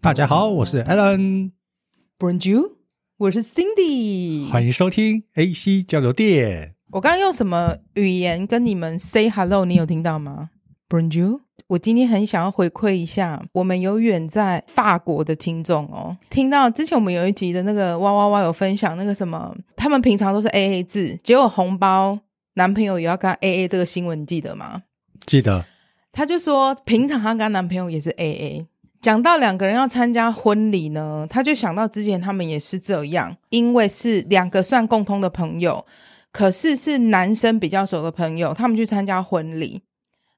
大家好，我是 Alan， Bonjour，我是 Cindy。欢迎收听 AC 交流电。我刚刚用什么语言跟你们 say hello？你有听到吗？Bonjour。我今天很想要回馈一下，我们有远在法国的听众哦。听到之前我们有一集的那个哇哇哇有分享那个什么，他们平常都是 A A 制，结果红包男朋友也要跟 A A 这个新闻，你记得吗？记得她就说，平常她跟她男朋友也是 A A。讲到两个人要参加婚礼呢，她就想到之前他们也是这样，因为是两个算共通的朋友，可是是男生比较熟的朋友，他们去参加婚礼，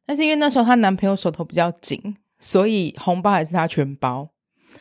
但是因为那时候她男朋友手头比较紧，所以红包还是她全包。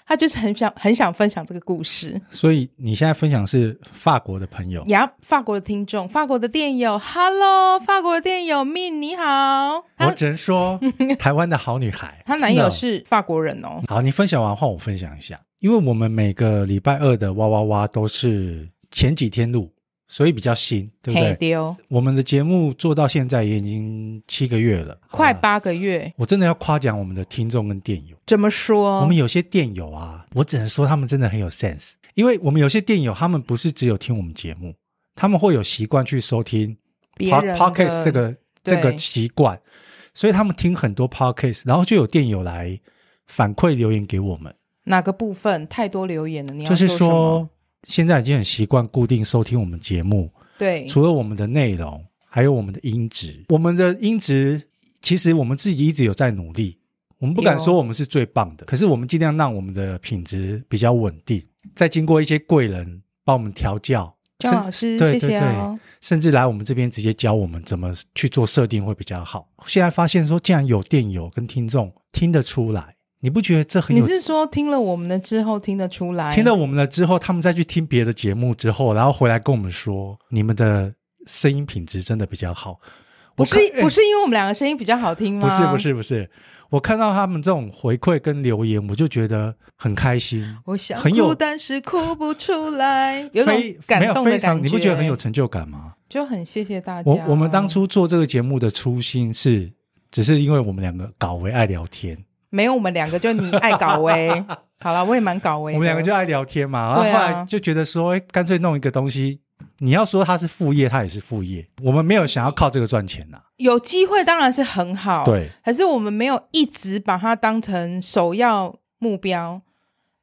她就是很想很想分享这个故事。所以你现在分享是法国的朋友，呀法国的听众，法国的电友，Hello，法国的电友 m i 你好。我她只能 说台湾的好女孩。她男友真哦是法国人哦。的好，你分享完换我分享一下，因为我们每个礼拜二的哇哇哇都是前几天录，所以比较新，对不嘿对？丢，我们的节目做到现在也已经七个月了，快吧！八个月，我真的要夸奖我们的听众跟电友。怎么我说们？有些电友啊，我只能说他们真的很有 sense，因为我们有些电友他们不是只有听我们节目，他们会有习惯去收听别 pod- 人的 podcast 这个这个对习惯，所以他们听很多 podcast，然后就有电友来反馈留言给我们，哪个部分太多留言了？你要就是说什么，说现在已经很习惯固定收听我们节目，对，除了我们的内容，还有我们的音质，我们的音质其实我们自己一直有在努力。我们不敢有说我们是最棒的，可是我们尽量让我们的品质比较稳定。再经过一些贵人帮我们调教，姜甚老师，对谢谢对对哦，甚至来我们这边直接教我们怎么去做设定会比较好。现在发现说，竟然有电友跟听众听得出来，你不觉得这很你有？是说听了我们的之后听得出来？听了我们了之后，他们再去听别的节目之后，然后回来跟我们说，你们的声音品质真的比较好。不我是看哎不是因为我们两个声音比较好听吗？不是不，是不是，我看到他们这种回馈跟留言，我就觉得很开心，我想很有哭，但是哭不出来，有种非没感有动非的常，感啊你不觉得很有？成就感吗？就很谢谢大家。我我们当初做这个节目的初心是，只是因为我们两个搞为爱聊天，没有我们两个，就你爱 搞威。好了，我也蛮搞威我的。们两个就爱聊天嘛，然后啊对后啊来就觉得说，哎，干脆弄一个东西。你要说它是副业，它也是副业。我们没有想要靠这个赚钱呐、有机会，当然是很好。对，可是我们没有一直把它当成首要目标。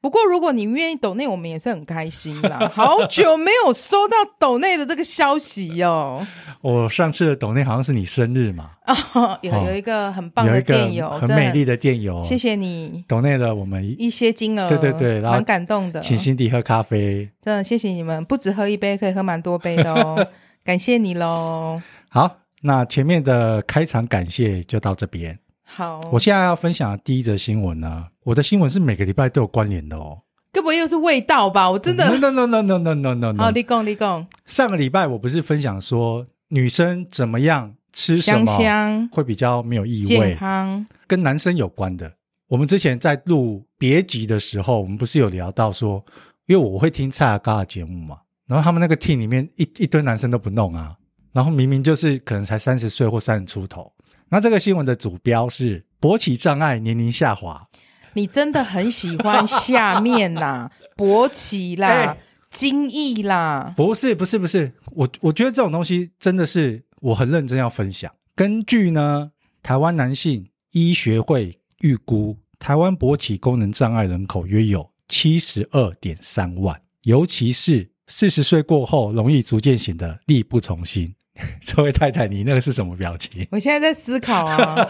不过，如果你愿意抖内，我们也是很开心 啦。好久没有收到抖内的这个消息哦。 我上次的抖内好像是你生日嘛，哦有哦有一个很棒有的一个电友，很美丽的，的电友，谢谢你抖内了我们一一些金额，对对对然后蛮感动的。请辛迪喝咖啡。真的谢谢你们，不止喝一杯，可以喝蛮多杯的哦。 感谢你喽。好，那前面的开场感谢就到这边。好，我现在要分享的第一则新闻呢，我的新闻是每个礼拜都有关联的哦。该不会又是味道吧？我 真的， no no no no no no no no。好立功立功，上个礼拜我不是分享说女生怎么样吃什香么香，会比较没有异健味，康，跟男生有关的。我们之前在录别集的时候，我们不是有聊到说，因为我会听蔡阿嘎的节目嘛，然后他们那个 team 里面一一堆男生都不弄啊，然后明明就是可能才三十岁或三十出头。那这个新闻的主标是勃起障碍年龄下滑，你真的很喜欢下 面啦、勃起啦哎、精益啦，不是不是不是，我我觉得这种东西真的是我很认真要分享。根据呢台湾男性医学会预估，台湾勃起功能障碍人口约有七十二点三万，尤其是四十岁过后，容易逐渐显得力不从心。 这位太太，你那个是什么表情？我现在在思 考啊。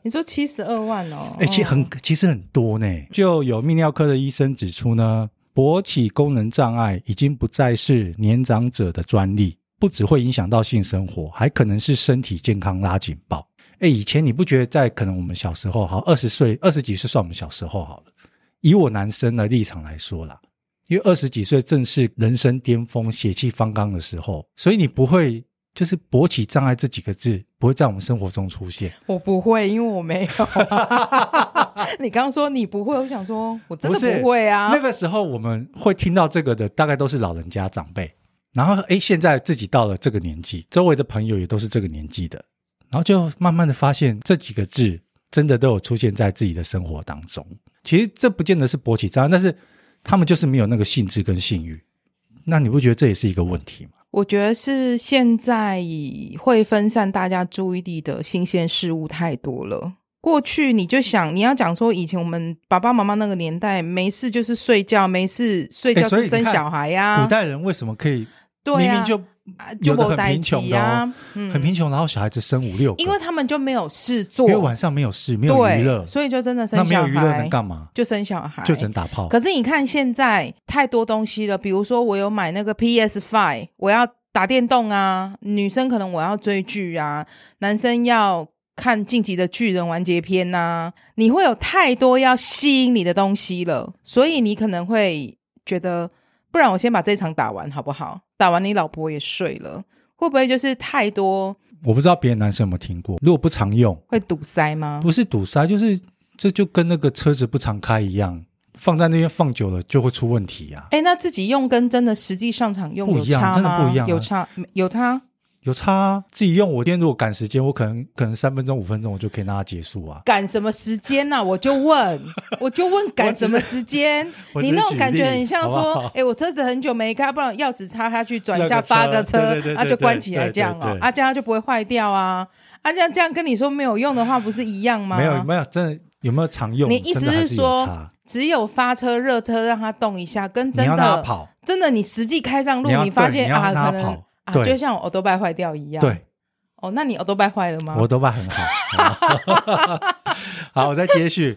你说七十二万哦，哎、其实很嗯其实很多呢。就有泌尿科的医生指出呢，勃起功能障碍已经不再是年长者的专利，不只会影响到性生活，还可能是身体健康拉警报。哎、以前你不觉得在可能我们小时候，好二十岁、二十几岁算我们小时候好了。以我男生的立场来说啦，因为二十几岁正是人生巅峰、血气方刚的时候，所以你不会就是勃起障碍这几个字不会在我们生活中出现。我不会，因为我没有。啊 你刚刚说你不会，我想说我真的不是不会啊。那个时候我们会听到这个的，大概都是老人家长辈。然后，诶，现在自己到了这个年纪，周围的朋友也都是这个年纪的，然后就慢慢的发现这几个字真的都有出现在自己的生活当中。其实这不见得是勃起障碍，但是他们就是没有那个兴致跟性欲。那你不觉得这也是一个问题吗？我觉得是现在会分散大家注意力的新鲜事物太多了。过去你就想，你要讲说以前我们爸爸妈妈那个年代，没事就是睡觉，没事睡觉哎所以就你生看小孩呀、古代人为什么可以对啊，明明就啊有的没很代贫穷志的哦啊，嗯很贫穷，然后小孩子生五六个，因为他们就没有事做，因为晚上没有事，没有对娱乐，所以就真的生那没小有娱乐孩能，干嘛？就生小孩，就只能打炮。可是你看现在太多东西了，比如说我有买那个 PS Five，我要打电动啊，女生可能我要追剧啊，男生要看《晋级的巨人》完结篇呐、你会有太多要吸引你的东西了，所以你可能会觉得，不然我先把这场打完好不好？打完你老婆也睡了，会不会就是太多我不知道别的男生有没有听过，如果不常用，会堵塞吗？不是堵塞，就是这就跟那个车子不常开一样，放在那边放久了就会出问题呀、啊。哎，那自己用跟真的实际上场用不有一样差吗？真的不一样啊有差有差。有差、啊，自己用我今天如果赶时间，我可能可能三分钟五分钟我就可以让它结束啊。赶什么时间呐、我就问， 我就问赶什么时间？我只你是那种举感觉例很好像说不好，哎、我车子很久没开，不然钥匙插下去转一 那下个发个车车对对，啊对就对关对起来对这样哦对，啊这样就不会坏掉啊，啊这样这样跟你说没有用的话，不是一样吗？没有没有，真的有没有常用？你意思真的还是有说差只有发车热车让它动一下，跟你真要让它的跑，真的你实际开上路你，要你发对现你要啊让它可能跑啊对就像我 auto b 坏掉一样，，对，哦，那你 auto b 坏了吗？我都办很好。好，我 再接续。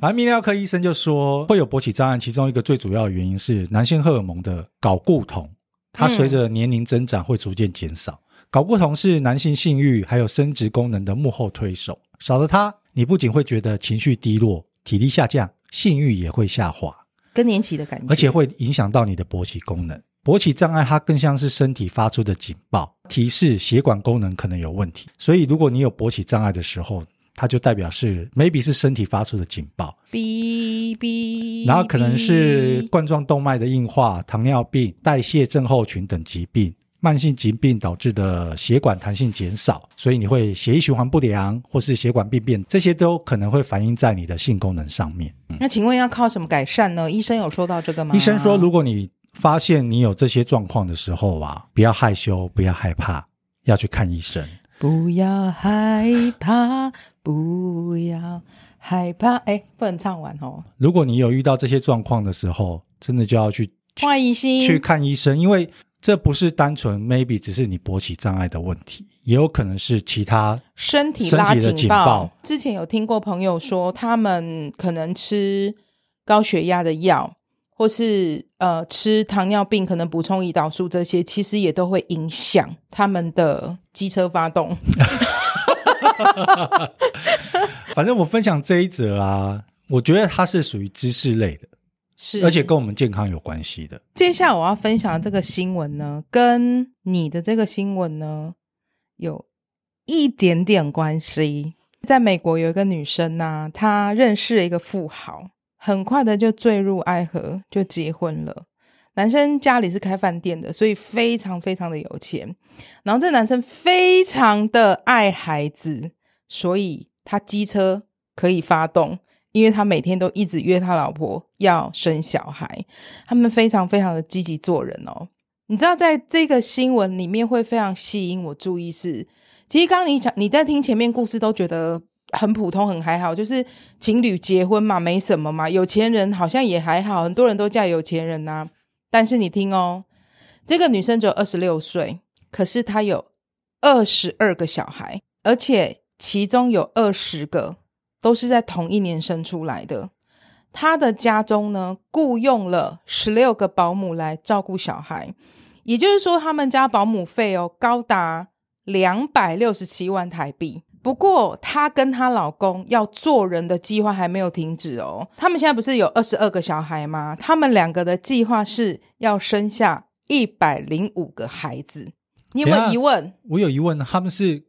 反正泌尿科医生就说，会有勃起障碍，其中一个最主要的原因是男性荷尔蒙的睾固酮，它随着年龄增长会逐渐减少。睾固酮是男性性欲还有生殖功能的幕后推手，少了它，你不仅会觉得情绪低落、体力下降，性欲也会下滑，更年期的感觉，而且会影响到你的勃起功能。勃起障碍它更像是身体发出的警报，提示血管功能可能有问题。所以如果你有勃起障碍的时候，它就代表是 maybe 是身体发出的警报，哔哔，然后可能是哔冠状动脉的硬化、糖尿病、代谢症候群等疾病。慢性疾病导致的血管弹性减少，所以你会血液循环不良或是血管病变，这些都可能会反映在你的性功能上面。那请问要靠什么改善呢？医生有说到这个吗？医生说，如果你发现你有这些状况的时候啊，不要害羞，不要害怕，要去看医生。不要害怕，不要害怕，哎，不能唱完哦。如果你有遇到这些状况的时候，真的就要去换医心，去看医生，因为这不是单纯 maybe 只是你勃起障碍的问题，也有可能是其他身体拉身体的警报之前有听过朋友说，他们可能吃高血压的药，或是呃吃糖尿病，可能补充胰岛素这些，其实也都会影响他们的机车发动。反正我分享这一则啊，我觉得它是属于知识类的，是，而且跟我们健康有关系的。接下来我要分享的这个新闻呢，跟你的这个新闻呢有一点点关系。在美国有一个女生呐、她认识了一个富豪，很快的就坠入爱河，就结婚了。男生家里是开饭店的，所以非常非常的有钱。然后这男生非常的爱孩子，所以他机车可以发动，因为他每天都一直约他老婆要生小孩。他们非常非常的积极做人哦。你知道，在这个新闻里面会非常吸引我注意是，其实刚刚你讲你在听前面故事都觉得很普通很还好，就是情侣结婚嘛，没什么嘛，有钱人好像也还好，很多人都嫁有钱人呐、但是你听哦，这个女生只有二十六岁，可是她有二十二个小孩，而且其中有二十个都是在同一年生出来的。他的家中呢，雇佣了十六个保姆来照顾小孩，也就是说，他们家保姆费哦高达两百六十七万台币。不过，她跟她老公要做人的计划还没有停止哦。他们现在不是有二十二个小孩吗？他们两个的计划是要生下一百零五个孩子。你有没等一有下疑问？我有疑问，他们是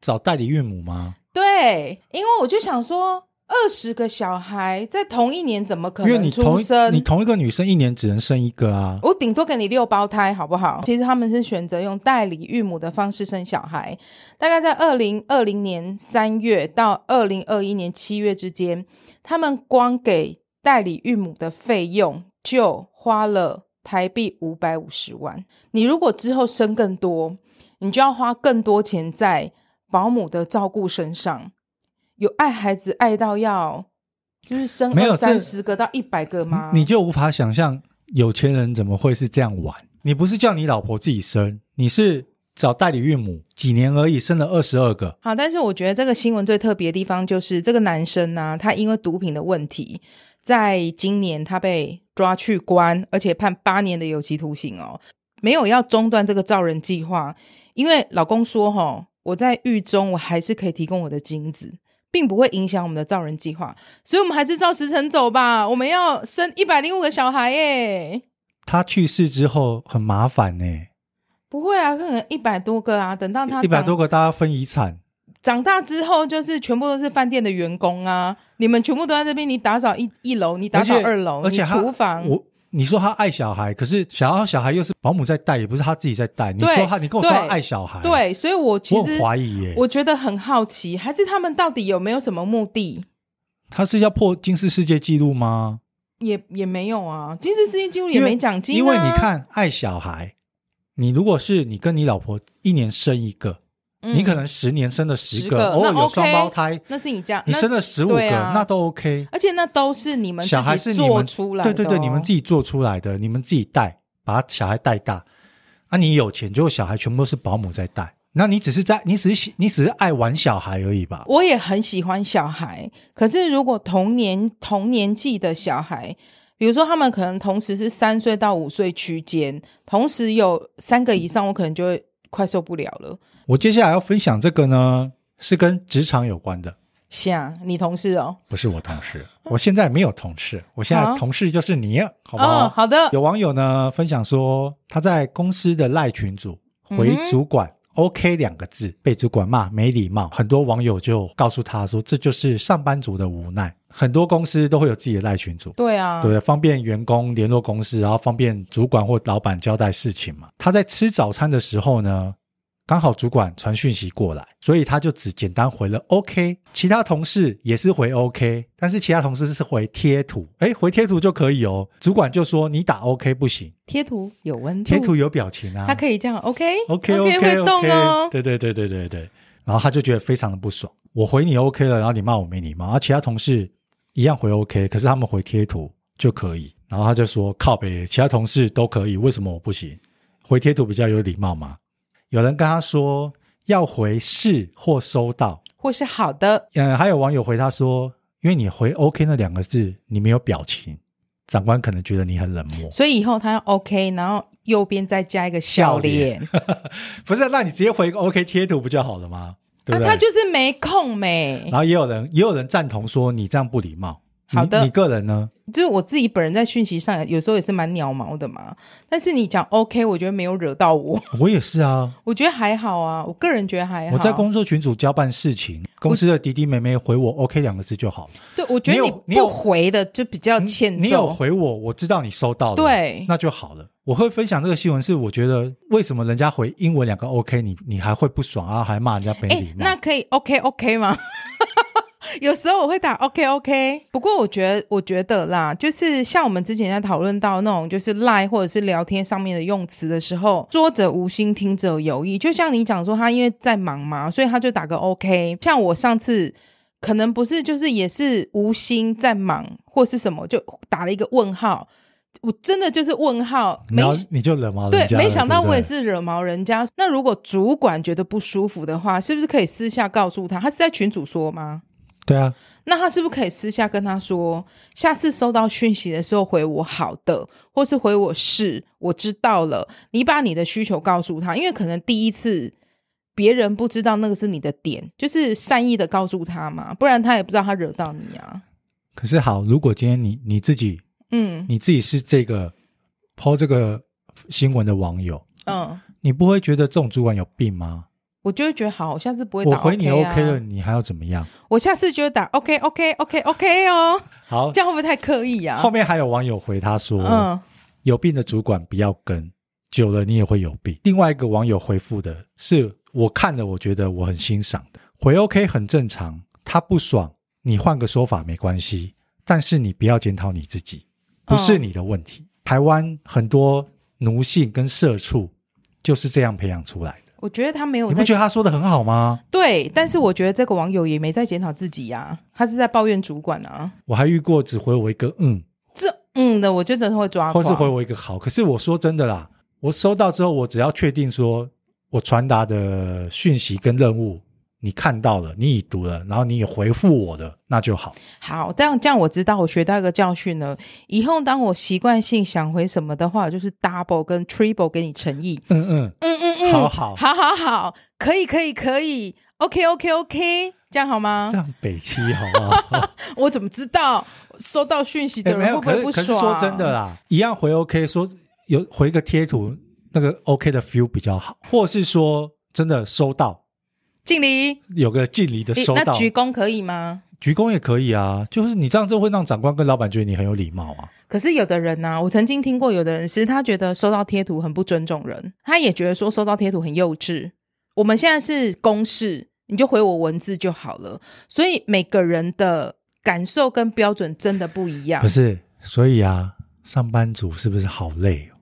找代理孕母吗？对，因为我就想说，二十个小孩在同一年怎么可因为你能出同一生？你同一个女生一年只能生一个啊，我顶多给你六胞胎，好不好？其实他们是选择用代理育母的方式生小孩，大概在二零二零年三月到二零二一年七月之间，他们光给代理育母的费用就花了台币五百五十万。你如果之后生更多，你就要花更多钱在保姆的照顾身上。有爱孩子爱到要，就是生没有嗯这二三十个到一百个吗？你就无法想象有钱人怎么会是这样玩。你不是叫你老婆自己生，你是找代理孕母，几年而已，生了二十二个。好，但是我觉得这个新闻最特别的地方就是这个男生呢、他因为毒品的问题，在今年他被抓去关，而且判八年的有期徒刑哦。没有要中断这个造人计划，因为老公说哈、我在狱中我还是可以提供我的精子，并不会影响我们的造人计划，所以我们还是照时辰走吧。我们要生一百零五个小孩耶，他去世之后很麻烦呢、不会啊，可能一百多个啊，等到他一百长多个大家分遗产，长大之后就是全部都是饭店的员工啊，你们全部都在这边，你打扫一一楼，你打而扫且二楼，而且你他厨房，我你说他爱小孩，可是想要小孩又是保姆在带，也不是他自己在带。你对说他，你跟我说他对爱小孩，，对，所以我其我实很怀疑欸耶、我觉得很好奇，还是他们到底有没有什么目的？他是要破金氏世界纪录吗？也也没有啊，金氏世界纪录也因为没奖金、啊因为你，看爱小孩，你如果是你跟你老婆一年生一个，嗯你可能十年生了十十个，个偶尔那有 OK 双胞胎，那是你家，你那生了十五对个，啊那都 OK。而且那都是你们自小孩是己你做们出来的、哦对对对，你们自己。己做出来的，你们自己带，把小孩带大。啊，你有钱，结果小孩全部都是保姆在带，那你只是在，你只是喜你只是爱玩小孩而已吧？我也很喜欢小孩，可是如果同年同年纪的小孩，比如说他们可能同时是三岁到五岁区间，同时有三个以上，我可能就会快受不了了。我接下来要分享这个呢，是跟职场有关的，像你同事哦，不是我同事，我现在没有同事，我现在好同事就是你，好不啊哦，好的，有网友呢分享说，他在公司的赖群组嗯回主管、OK 两个字，被主管骂没礼貌。很多网友就告诉他说，这就是上班族的无奈。很多公司都会有自己的赖群组。对啊，对，方便员工联络公司，然后方便主管或老板交代事情嘛。他在吃早餐的时候呢，刚好主管传讯息过来，所以他就只简单回了 OK。其他同事也是回 OK，但是其他同事是回贴图，哎，回贴图就可以哦。主管就说你打 OK 不行，贴图有温度，贴图有表情啊，它可以这样，OK OK OK 会动哦。对对对对对对。然后他就觉得非常的不爽，我回你 OK 了，然后你骂我没礼貌，然后其他同事一样回 OK，可是他们回贴图就可以。然后他就说靠北，其他同事都可以，为什么我不行？回贴图比较有礼貌嘛。有人跟他说要回是或收到，或是好的，嗯，还有网友回他说，因为你回 OK 那两个字，你没有表情，长官可能觉得你很冷漠。所以以后他要 OK，然后右边再加一个笑脸，不是，啊那你直接回个 OK 贴图不就好了吗？对不对？啊，他就是没空没然。后也有人也有人赞同说你这样不礼貌。你哎好的你个人呢？就是我自己本人在讯息上有时候也是蛮鸟毛的嘛，但是你讲 OK，我觉得没有惹到我， 我也是啊，我觉得还好啊，我个人觉得还好。我在工作群组交办事情，公司的弟弟妹妹回我 OK 两个字就好了。对，我觉得你有你有嗯不回的就比较欠揍。你有回我，我知道你收到了，对那就好了。我会分享这个新闻是，我觉得为什么人家回英文两个 OK，你你还会不爽啊，还骂人家没哎、礼貌？那可以 OK OK 吗？ 有时候我会打 OK OK，不过我觉得我觉得啦，就是像我们之前在讨论到那种就是赖或者是聊天上面的用词的时候，说者无心，听者有意。就像你讲说他因为在忙嘛，所以他就打个 OK。像我上次可能不是就是也是无心在忙或是什么，就打了一个问号。我真的就是问号，没然后你就冷毛对人，家了没想到对不对我也是惹毛人家。那如果主管觉得不舒服的话，是不是可以私下告诉他？他是在群主说吗？对啊，那他是不是可以私下跟他说，下次收到讯息的时候回我好的，或是回我是，我知道了。你把你的需求告诉他，因为可能第一次别人不知道那个是你的点，就是善意的告诉他嘛，不然他也不知道他惹到你啊。可是好，如果今天你你自己嗯你自己是这个抛这个新闻的网友，嗯，你不会觉得这种主管有病吗？我就会觉得好，我下次不会打、我 OK 啊、回你 OK 了，你还要怎么样？我下次就会打 OK OK OK OK 哦，好 这，样会不会太刻意啊？后面哦还有网友回他说，嗯，有病的主管不要跟，久了你也会有病。另外一个网友回复的是，我看了我觉得我很欣赏的，回 OK 很正常，他不爽你换个说法没关系，但是你不要检讨你自己，嗯不是你的问题。台湾很多奴性跟社畜就是这样培养出来的，我觉得他没有你不在觉得他说的很好吗？对，但是我觉得这个网友也没在检讨自己呀、他是在抱怨主管啊。我还遇过只回我一个嗯，这嗯的，我觉得真的会抓或狂。是回我一个好。可是我说真的啦，我收到之后，我只要确定说我传达的讯息跟任务你看到了，你已读了，然后你也回复我的，那就好。好，这样这样我知道，我学到一个教训了。以后当我习惯性想回什么的话，我就是 double 跟 triple 给你诚意。嗯嗯，嗯嗯嗯，好好 好好好，可以可以可以，OK OK OK，这样好吗这？样北七好不好？我怎么知道收到讯息哎的没人有，会不可会是不可爽？啊是说真的啦，一样回 OK，说有回一个贴图，那个 OK 的 feel 比较好，或是说真的收到。敬礼，有个近离的你收那到，鞠躬可以吗？鞠躬也可以啊，就是你这样就会让长官跟老板觉得你很有礼貌啊。可是有的人呢、我曾经听过有的人是他觉得收到贴图很不尊重人，他也觉得说收到贴图很幼稚。我们现在是公事，你就回我文字就好了。所以每个人的感受跟标准真的不一样不。是，所以啊，上班族是不是好累、哦？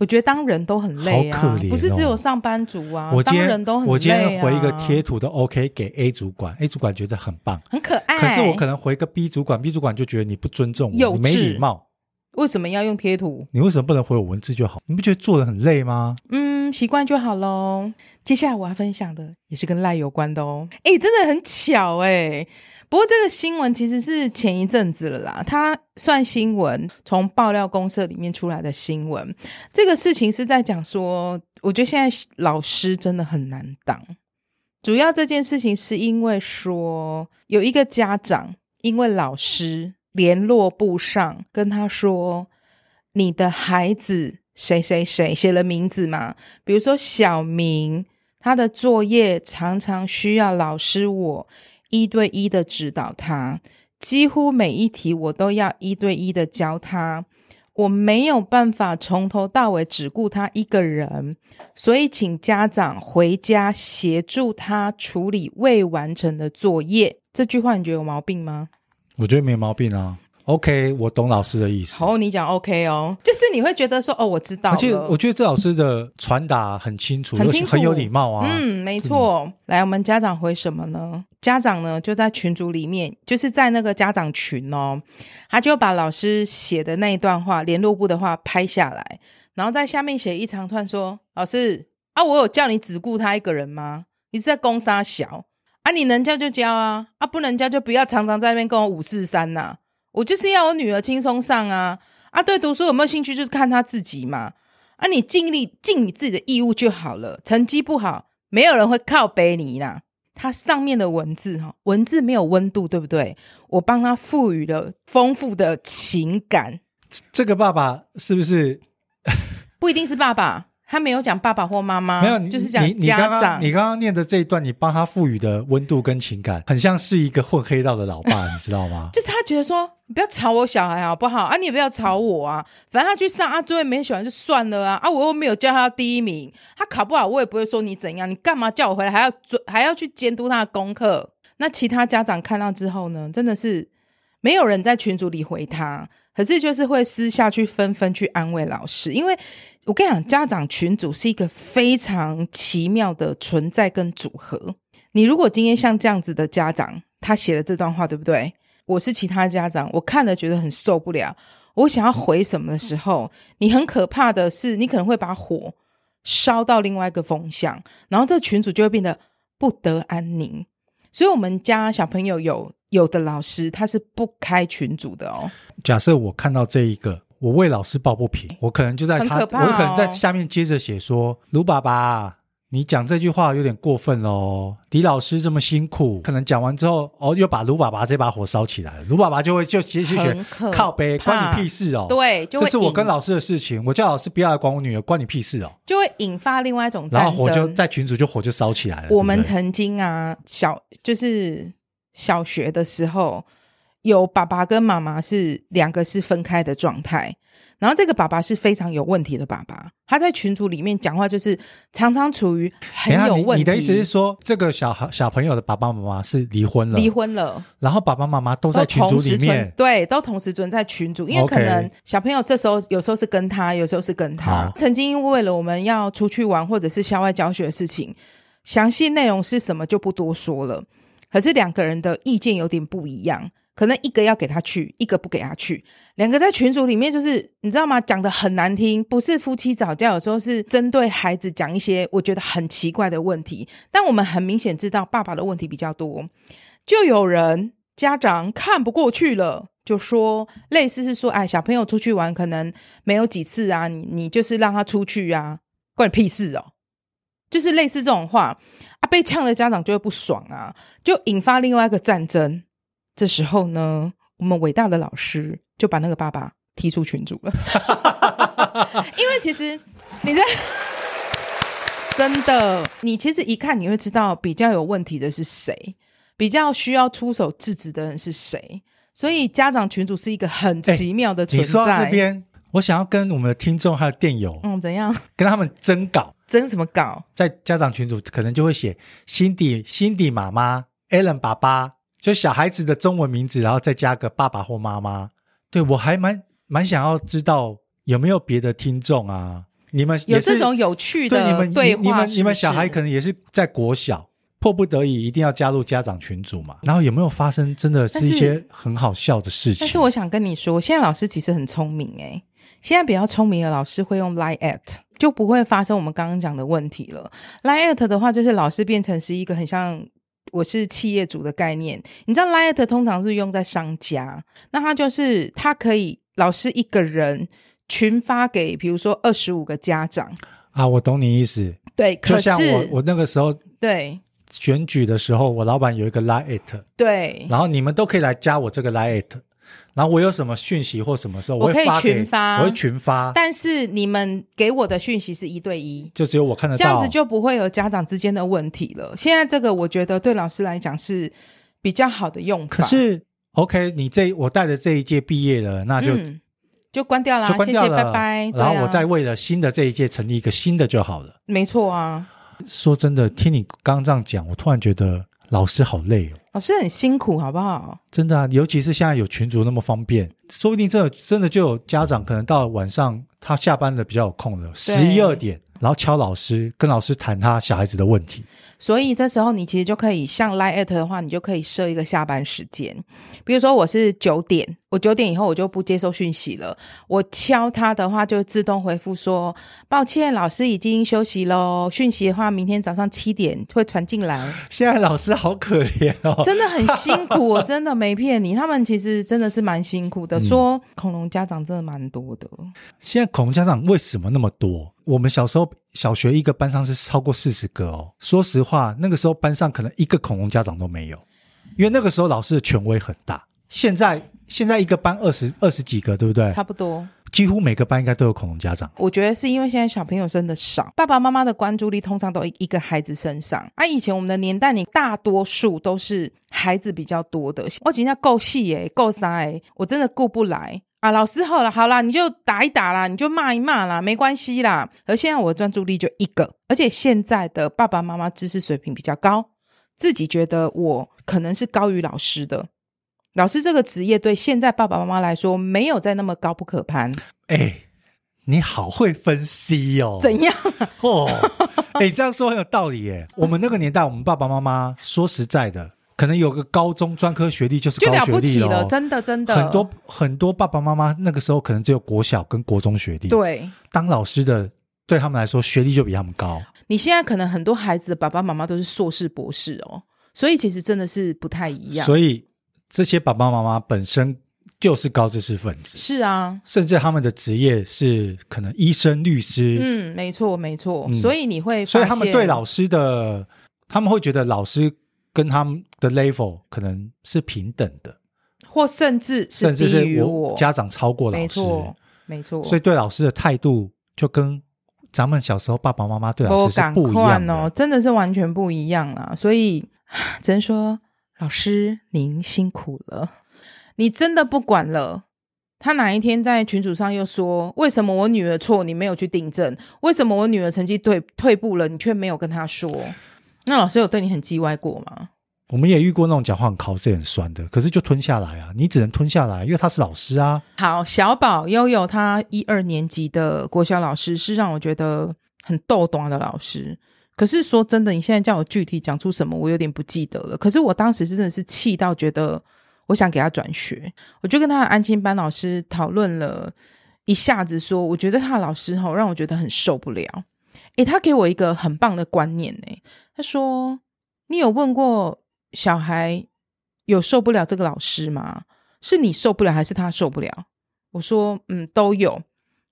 我觉得当人都很累好啊可，怜哦不是只有上班族啊，我今当天人都很累、啊、我今天回一个贴图的 OK 给 A 主管，A 主管觉得很棒，很可爱，可是我可能回个 B 主管，B 主管就觉得你不尊重哎幼我，稚你没礼貌，为什么要用贴图？你为什么不能回我文字就好？你不觉得做人很累吗？嗯，习惯就好喽。接下来我要分享的也是跟赖有关的哦。哎，真的很巧哎、不过这个新闻其实是前一阵子了啦，它算新闻，从爆料公社里面出来的新闻。这个事情是在讲说，我觉得现在老师真的很难当。主要这件事情是因为说，有一个家长因为老师联络簿上跟他说，你的孩子谁谁谁写了名字嘛，比如说小明，他的作业常常需要老师我一对一的指导他，几乎每一题我都要一对一的教他。我没有办法从头到尾只顾他一个人，所以请家长回家协助他处理未完成的作业。这句话你觉得有毛病吗？我觉得没毛病啊。OK，我懂老师的意思。好，你讲 OK 哦，就是你会觉得说哦，我知道了。而且我觉得这老师的传达很清楚，很而清且楚很有礼貌啊。嗯，没错。来，我们家长回什么呢？家长呢就在群组里面，就是在那个家长群哦，他就把老师写的那一段话、联络部的话拍下来，然后在下面写一长串说：“老师啊，我有叫你只顾他一个人吗？你是在攻杀小啊？你能教就教啊，啊不能教就不要常常在那边跟我五四三呐。我就是要我女儿轻松上啊啊，对读书有没有兴趣就是看她自己嘛。”啊，你尽力尽你自己的义务就好了。成绩不好，没有人会靠背你啦。它上面的文字哈，文字没有温度，对不对？我帮他赋予了丰富的情感，这个爸爸是不是不一定是爸爸，他没有讲爸爸或妈妈，没有，你啊就是讲你你家刚长刚。你刚刚念的这一段，你帮他赋予的温度跟情感，很像是一个混黑道的老爸，你知道吗？ 就是他觉得说，你不要吵我小孩好不好啊？你也不要吵我啊，反正他去上啊，最后没喜欢就算了啊啊！我又没有叫他第一名，他考不好我也不会说你怎样，你干嘛叫我回来还要准还要去监督他的功课？那其他家长看到之后呢，真的是没有人在群组里回他，可是就是会私下去纷纷去安慰老师，因为我跟你讲，家长群组是一个非常奇妙的存在跟组合。你如果今天像这样子的家长，他写了这段话，对不对？我是其他家长，我看了觉得很受不了。我想要回什么的时候，你很可怕的是，你可能会把火烧到另外一个风向，然后这群组就会变得不得安宁。所以，我们家小朋友有有的老师他是不开群组的哦。假设我看到这一个，我为老师抱不平，我可能就在很他，可怕哦我可能在下面接着写说：“卢爸爸，你讲这句话有点过分喽。李老师这么辛苦，可能讲完之后，哦，又把卢爸爸这把火烧起来了。卢爸爸就会就就就觉很可得靠背，关怕你屁事哦。，对，就这会是我引跟老师的事情，我叫老师不要来管我女儿，关你屁事哦。就会引发另外一种然后战火就争。在群主就火就烧起来了。我们对不对曾经啊，小就是小学的时候，有爸爸跟妈妈是两个是分开的状态。然后这个爸爸是非常有问题的爸爸，他在群组里面讲话就是常常处于很等一下有你问题。你的意思是说，这个小孩小朋友的爸爸妈妈是离婚了，离婚了，然后爸爸妈妈都都在群组同时里存面，对，都同时存在群组，因为 OK 可能小朋友这时候有时候是跟他，有时候是跟他好。曾经为了我们要出去玩或者是校外教学的事情，详细内容是什么就不多说了。可是两个人的意见有点不一样，可能一个要给他去，一个不给他去。两个在群组里面就是你知道吗？讲的很难听，不是夫妻吵架，有时候是针对孩子讲一些我觉得很奇怪的问题。但我们很明显知道爸爸的问题比较多，就有人家长看不过去了。就说类似是说，哎，小朋友出去玩可能没有几次啊，你你就是让他出去啊，关你屁事哦，就是类似这种话啊，被呛的家长就会不爽啊，就引发另外一个战争。这时候呢，我们伟大的老师就把那个爸爸踢出群组了， 因为其实你在真的，你其实一看你会知道比较有问题的是谁，比较需要出手制止的人是谁。所以家长群组是一个很奇妙的存哎你说到在。这边，我想要跟我们的听众还有电友、嗯，怎样？ 跟他们征稿，真怎么搞？在家长群组可能就会写辛迪、辛迪妈妈、Allen 爸爸，就小孩子的中文名字，然后再加个爸爸或妈妈。对我还蛮蛮想要知道有没有别的听众啊，你们有也是这种有趣对你的们对你话你们你们小孩是不可是能也是在国小，迫不得已一定要加入家长群组嘛。然后有没有发生真的是但是一些很好笑的事情？但是我想跟你说，现在老师其实很聪明诶、现在比较聪明的老师会用 lie at，就不会发生我们刚刚讲的问题了。lie at 的话，就是老师变成是一个很像。我是企业主的概念，你知道 lie at 通常是用在商家，那他就是他可以老师一个人群发给，比如说二十五个家长，啊，我懂你意思。对，就可是像我我那个时候对选举的时候，我老板有一个 line it，对，然后你们都可以来加我这个 line it。然后我有什么讯息或什么时候，我可会以发给群发我会群发，但是你们给我的讯息是一对一，就只有我看得这到。样子就不会有家长之间的问题了。现在这个我觉得对老师来讲是比较好的用法。可是 OK，你这我带的这一届毕业了，那就、嗯，就关掉啦，就关掉谢了，谢，拜拜。对然后啊我再为了新的这一届成立一个新的就好了。没错啊，说真的，听你刚刚这样讲，我突然觉得老师好累哦。老师很辛苦，好不好？真的啊，尤其是现在有群组那么方便，说不定真的真的就有家长可能到晚上他下班了比较有空了，十一二点，然后敲老师，跟老师谈他小孩子的问题。所以这时候你其实就可以像 Line at 的话，你就可以设一个下班时间，比如说我是九点，我九点以后我就不接受讯息了。我敲他的话就自动回复说抱歉，老师已经休息喽。讯息的话，明天早上七点会传进来。现在老师好可怜哦， 真的很辛苦，我真的没骗你，他们其实真的是蛮辛苦的。说恐龙家长真的蛮多的，现在恐龙家长为什么那么多？我们小时候小学一个班上是超过四十个哦。说实话，那个时候班上可能一个恐龙家长都没有，因为那个时候老师的权威很大。现在现在一个班二十二十几个，对不对？差不多。几乎每个班应该都有恐龙家长。我觉得是因为现在小朋友真的少，爸爸妈妈的关注力通常都一个孩子身上。啊，以前我们的年代，你大多数都是孩子比较多的。我今天够细耶，够啥耶，我真的顾不来啊。老师好了，好啦，你就打一打啦，你就骂一骂啦，没关系啦。而现在我的专注力就一个，而且现在的爸爸妈妈知识水平比较高，自己觉得我可能是高于老师的。老师这个职业对现在爸爸妈妈来说，没有再那么高不可攀。哎，你好会分析哦，怎样？哦，哎，这样说很有道理耶。我们那个年代，我们爸爸妈妈说实在的，可能有个高中专科学历就是就高了学不历起咯了，真的真的很多很多爸爸妈妈那个时候可能只有国小跟国中学历，，对。当老师的对他们来说学历就比他们高。你现在可能很多孩子的爸爸妈妈都是硕士博士哦，所以其实真的是不太一样。所以这些爸爸妈妈本身就是高知识分子，是啊，甚至他们的职业是可能医生、律师，嗯，没错没错，嗯所以你会，所以他们对老，师的，他们会觉得老师跟他们的 level 可能是平等的，或甚至甚至低于是我，家长超过没老师，错没错，所以对老师的态度就跟咱们小时候爸爸妈妈对老我师是赶不一快样的。哦，真的是完全不一样啦。所以只能说，老师您辛苦了，你真的不管了。他哪一天在群组上又说，为什么我女儿错，你没有去订正？为什么我女儿成绩退退步了，你却没有跟她说？那老师有对你很叽歪过吗？我们也遇过那种讲话很 c 是很酸的，可是就吞下来啊，你只能吞下来，因为他是老师啊。好，小宝悠悠他一二年级的国小老师是让我觉得很逗短的老师。可是说真的，你现在叫我具体讲出什么，我有点不记得了。可是我当时是真的是气到觉得我想给他转学，我就跟他的安亲班老师讨论了一下子说，我觉得他的老师吼让我觉得很受不了。诶，他给我一个很棒的观念呢、他说：“你有问过小孩有受不了这个老师吗？”是你受不了还是他受不了？我说，嗯，都有。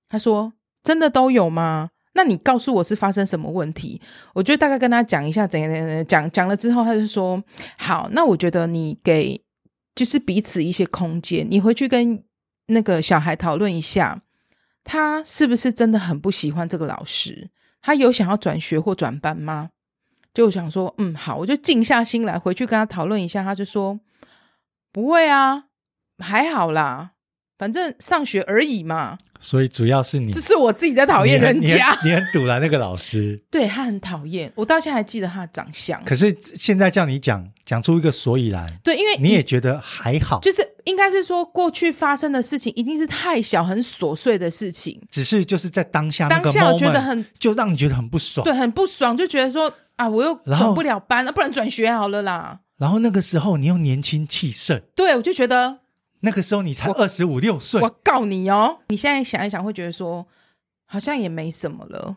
他说，真的都有吗？那你告诉我是发生什么问题？我就大概跟他讲一下，怎样怎样怎样讲讲了之后，他就说，好，那我觉得你给就是彼此一些空间，你回去跟那个小孩讨论一下，他是不是真的很不喜欢这个老师？他有想要转学或转班吗？就想说，嗯，好，我就静下心来回去跟他讨论一下。他就说，不会啊，还好啦，反正上学而已嘛。所以主要是你这是我自己在讨厌人你家，很你很你很堵拦那个老师。 对他很讨厌。我到现在还记得他的长相。可是现在叫你讲讲出一个所以然，对，因为你也觉得还好，哎就是应该是说，过去发生的事情一定是太小、很琐碎的事情，只是就是在当下啊那当个 moment, 哦下我觉得很就让你觉得很不爽。对，很不爽，就觉得说啊，我又然后转不了班，啊那不然转学好了啦。然后那个时候你又年轻气盛，对，我就觉得那个时候你才我二十五六岁我，告你哦，你现在想一想，会觉得说好像也没什么了。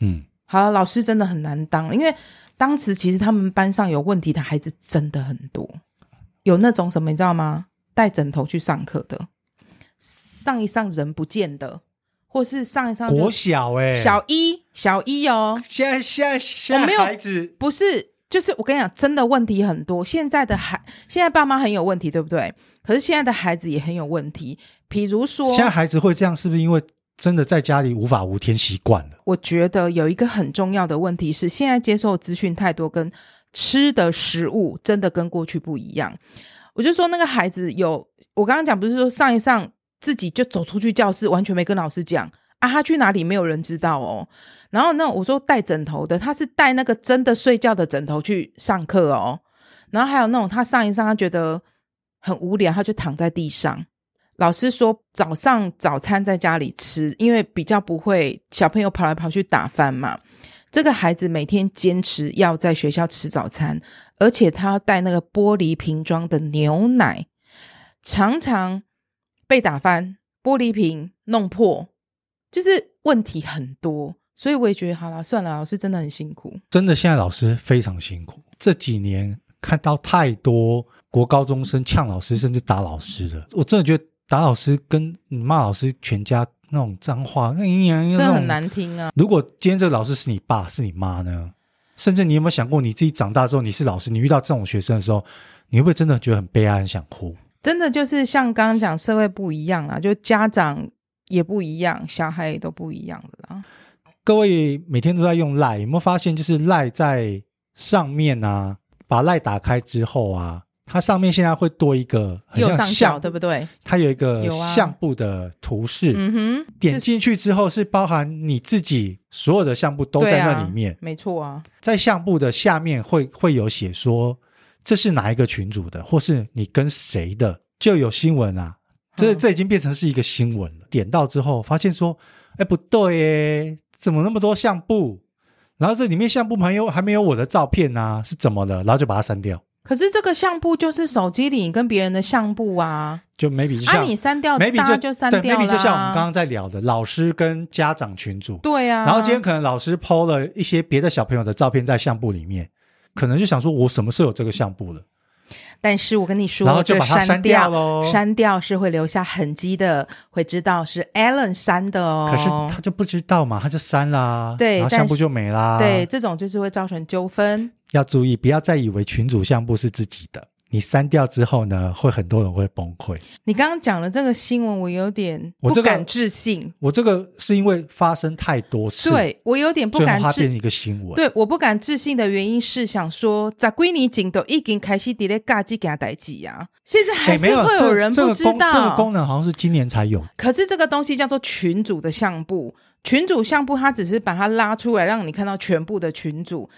嗯，好了，老师真的很难当，因为当时其实他们班上有问题的孩子真的很多，有那种什么你知道吗？带枕头去上课的，上一上人不见的，或是上一上就国小哎、嗯小一小一哦，现在现在现我在没有孩子不是，就是我跟你讲，真的问题很多。现在的孩，现在爸妈很有问题，对不对？可是现在的孩子也很有问题，比如说，现在孩子会这样，是不是因为真的在家里无法无天习惯了？我觉得有一个很重要的问题是，现在接受资讯太多，跟吃的食物真的跟过去不一样。我就说那个孩子有，我刚刚讲不是说上一上自己就走出去教室，完全没跟老师讲啊，他去哪里没有人知道哦。然后呢，我说带枕头的，他是带那个真的睡觉的枕头去上课哦。然后还有那种他上一上他觉得很无聊，他就躺在地上。老师说早上早餐在家里吃，因为比较不会小朋友跑来跑去打饭嘛。这个孩子每天坚持要在学校吃早餐，而且他要带那个玻璃瓶装的牛奶，常常被打翻，玻璃瓶弄破，就是问题很多。所以我也觉得好了，算了，老师真的很辛苦。真的，现在老师非常辛苦。这几年看到太多国高中生呛老师，甚至打老师了。我真的觉得打老师跟你骂老师全家那种脏话，那你真那的种很难听啊！如果今天这个老师是你爸是你妈呢？甚至你有没有想过，你自己长大之后你是老师，你遇到这种学生的时候，你会不会真的觉得很悲哀，很想哭？真的就是像刚刚讲，社会不一样啦，就家长也不一样，小孩也都不一样的啦。各位每天都在用赖，有没有发现就是赖在上面啊？把赖打开之后啊，它上面现在会多一个很右像上角，相对不对？它有一个有啊相簿的图示，嗯哼，点进去之后是包含你自己所有的相簿都对在啊那里面，没错啊，在相簿的下面会会有写说这是哪一个群组的，或是你跟谁的，就有新闻啊。这嗯这已经变成是一个新闻了。点到之后发现说，哎不对耶，怎么那么多相簿？然后这里面相簿还有还没有我的照片啊，是怎么了？然后就把它删掉，可是这个相簿就是手机里跟别人的相簿啊，就 maybe 就啊，像、你删掉， maybe 大家就删对掉啦。 maybe 就像我们刚刚在聊的老师跟家长群组，对啊，然后今天可能老师 PO 了一些别的小朋友的照片在相簿里面，可能就想说我什么时候有这个相簿了？但是我跟你说，然后就把它这删删掉咯删掉是会留下痕迹的，会知道是 Alan 删的哦。可是他就不知道嘛，他就删啦，对然后但相簿是就没啦。对，这种就是会造成纠纷。要注意，不要再以为群主相簿是自己的。你删掉之后呢，会很多人会崩溃。你刚刚讲了这个新闻，我有点我不这个敢置信，我这个是因为发生太多次，，对我有点不最后敢它变置成一个新闻。对，我不敢置信的原因是想说，在归你警都已经开始伫咧尬机给他代记呀，现在还哎，是没有会这人这不个知功道。这个功能好像是今年才有。可是这个东西叫做群主的相簿，群主相簿它只是把它拉出来，让你看到全部的群主。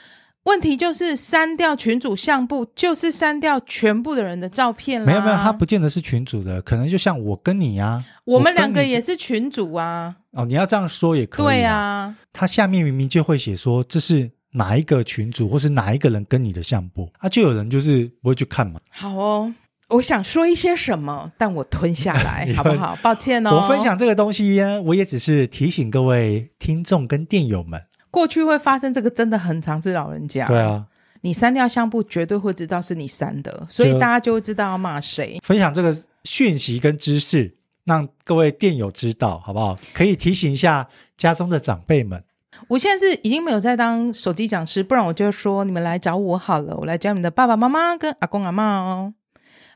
问题就是删掉群主相簿，就是删掉全部的人的照片啦。没有没有，它不，见得是群主的，可能就像我跟你呀、我们跟两个你也是群主啊。哦，你要这样说也可以、对啊，啊，它下面明明就会写说这是哪一个群主或是哪一个人跟你的相簿，啊，就有人就是不会去看嘛。好哦，我想说一些什么，但我吞下来 你，好不会好？抱歉哦。我分享这个东西呢，我也只是提醒各位听众跟电友们，过去会发生这个，真的很常是老人家。对，啊，你删掉相簿，绝对会知道是你删的，所以就大家就会知道要骂谁。分享这个讯息跟知识，让各位电友知道，好不好？可以提醒一下家中的长辈们。我现在是已经没有在当手机讲师，不然我就说你们来找我好了，我来教你们的爸爸妈妈跟阿公阿嬷哦。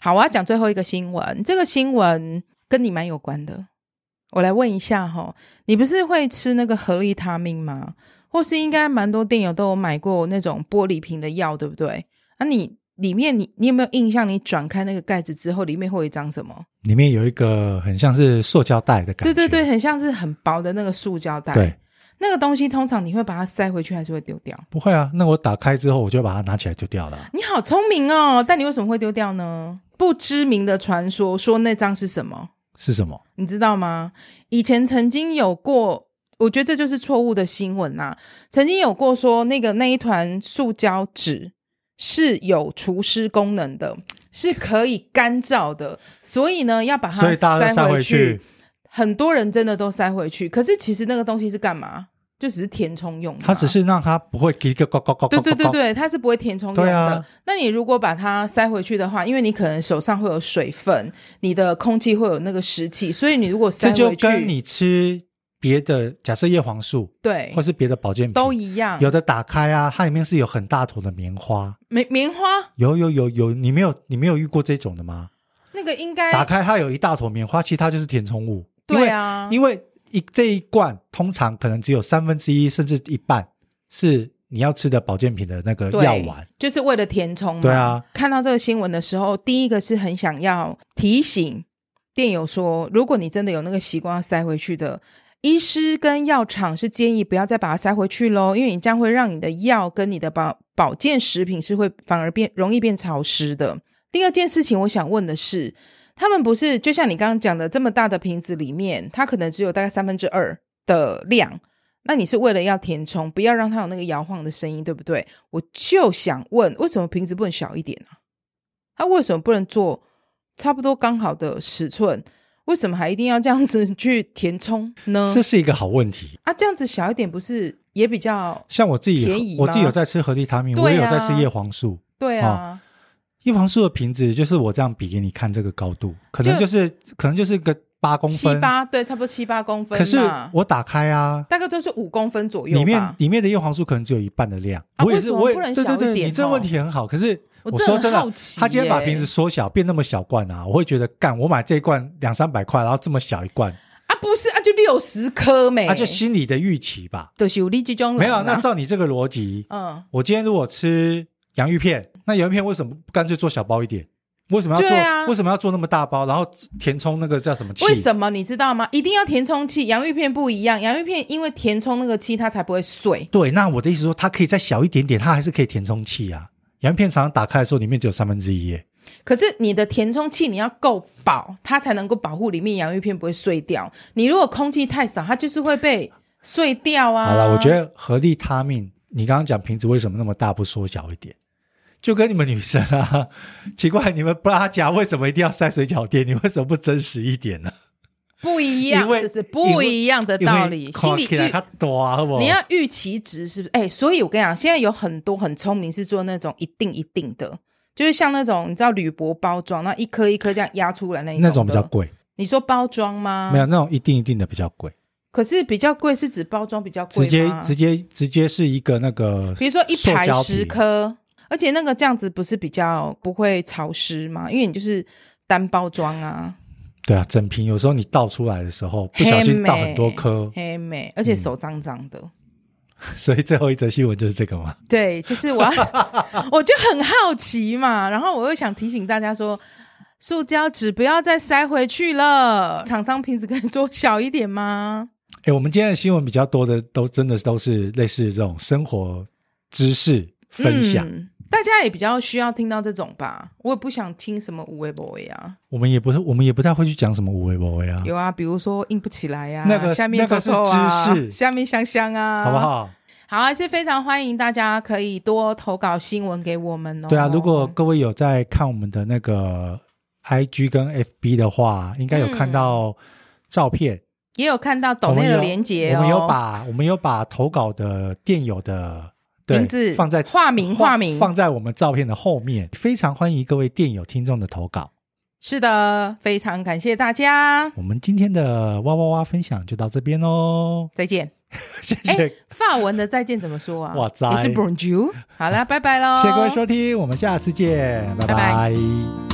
好，我要讲最后一个新闻，这个新闻跟你蛮有关的。我来问一下哈、你不是会吃那个合利他命吗？或是应该蛮多店友都有买过那种玻璃瓶的药，对不对？啊你，里面你你有没有印象？你转开那个盖子之后，里面会有一张什么？里面有一个很像是塑胶袋的感对觉，对对，很像是很薄的那个塑胶袋。对，那个东西通常你会把它塞回去，还是会丢掉？不会啊。那我打开之后，我就把它拿起来丢掉了啊。你好聪明哦，但你为什么会丢掉呢？不知名的传说说那张是什么，是什么？你知道吗？以前曾经有过，我觉得这就是错误的新闻啦、曾经有过说那个那一团塑胶纸是有除湿功能的，是可以干燥的，所以呢要把所它以大家都塞回去去。，很多人真的都塞回去，可是其实那个东西是干嘛？就只是填充用的嘛，它只是让它不会一个呱呱呱呱呱呱。对对对对，它是不会填充用对的。啊那你如果把它塞回去的话，因为你可能手上会有水分，你的空气会有那个湿气，所以你如果塞这回去，就跟你吃别的，假设叶黄素对或是别的保健品都一样。有的打开啊，它里面是有很大坨的棉花。棉棉花有有有有，你没有你没有遇过这种的吗？那个应该打开它有一大坨棉花，其实它就是填充物。哎对啊，因为因为一这一罐通常可能只有三分之一甚至一半是你要吃的保健品的那个对嗯药丸。就是为了填充嘛。对啊，看到这个新闻的时候，第一个是很想要提醒店友说，如果你真的有那个习惯要塞回去的，医师跟药厂是建议不要再把它塞回去喽，因为你这样会让你的药跟你的保保健食品是会反而变容易变潮湿的。第二件事情，我想问的是，他们不是就像你刚刚讲的，这么大的瓶子里面，它可能只有大概三分之二的量。那你是为了要填充，不要让它有那个摇晃的声音，对不对？我就想问，为什么瓶子不能小一点啊？它为什么不能做差不多刚好的尺寸？为什么还一定要这样子去填充呢？这是一个好问题。啊，这样子小一点不是也比较像我自己便宜，吗我自己有在吃合利他命，对啊我也有在吃叶黄素。对哦啊？叶黄素的瓶子就是我这样比给你看这个高度，可能就就是可能就是个八公七分，八对，差不多七八公分可是嘛，我打开啊，大概都是五公分左右吧。里面里面的叶黄素可能只有一半的量。啊我也为是，什么我也不能对小对一对，点你这个哦问题很好。可是我说真真的的好，奇他今天把耶瓶子缩小，变那么小罐啊，我会觉得干，我买这一罐两三百块，然后这么小一罐，啊，不是啊，就六十颗没，他就心里的预期吧。就是有你这种人啊没有，那照你这个逻辑，嗯，我今天如果吃洋芋片，那洋芋片为什么不干脆做小包一点？为什么要做？对啊为什么要做那么大包，然后填充那个叫什么气？为什么你知道吗？一定要填充器，洋芋片不一样，洋芋片因为填充那个气，它才不会碎。对，那我的意思说，它可以再小一点点，它还是可以填充气啊。洋芋片常常打开的时候，里面只有三分之一耶。可是你的填充器你要够饱，它才能够保护里面洋芋片不会碎掉。你如果空气太少，它就是会被碎掉啊。好了，我觉得合力他命，你刚刚讲瓶子为什么那么大，不缩小一点？就跟你们女生啊，奇怪，你们不拉夹为什么一定要塞水饺垫？你为什么不真实一点呢？不一样，因为这是不一样的道理。心理起来预它多啊，好不好你要预期值是不是？哎、所以我跟你讲，现在有很多很聪明是做那种一定一定的，就是像那种你知道铝箔包装，那一颗一颗这样压出来那一那种比较的。贵，你说包装吗？没有，那种一定一定的比较贵，可是比较贵是指包装比较贵直接吗直接直接是一个那个，比如说一排塑胶十皮颗，而且那个这样子不是比较不会潮湿吗？因为你就是单包装啊，对啊，整瓶有时候你倒出来的时候不小心倒很多 颗，黑美，而且嗯手脏脏的。所以最后一则新闻就是这个嘛。对，就是我要，我就很好奇嘛，然后我又想提醒大家说，塑胶纸不要再塞回去了。厂商瓶子可以做小一点吗？哎，我们今天的新闻比较多的都真的都是类似这种生活知识分享，嗯大家也比较需要听到这种吧。我也不想听什么无为 boy 啊，我们也不是我们也不太会去讲什么无为不为啊，有啊，比如说硬不起来呀、啊，那个下面那臭个是臭啊，知识下面香香啊，好不？好？好，啊还是非常欢迎大家可以多投稿新闻给我们哦。对啊，如果各位有在看我们的那个 IG 跟 FB 的话，应该有嗯看到照片。也有看到我抖们内有的连接、哦，我们有把我们有把投稿的电友的对名字放在化名化名放在我们照片的后面。非常欢迎各位电友听众的投稿。是的，非常感谢大家，我们今天的哇哇哇分享就到这边喽，再见。谢谢、哎法文的再见怎么说啊？哇塞也是 Bonjour。好啦，拜拜喽，谢谢各位收听，我们下次见，拜拜拜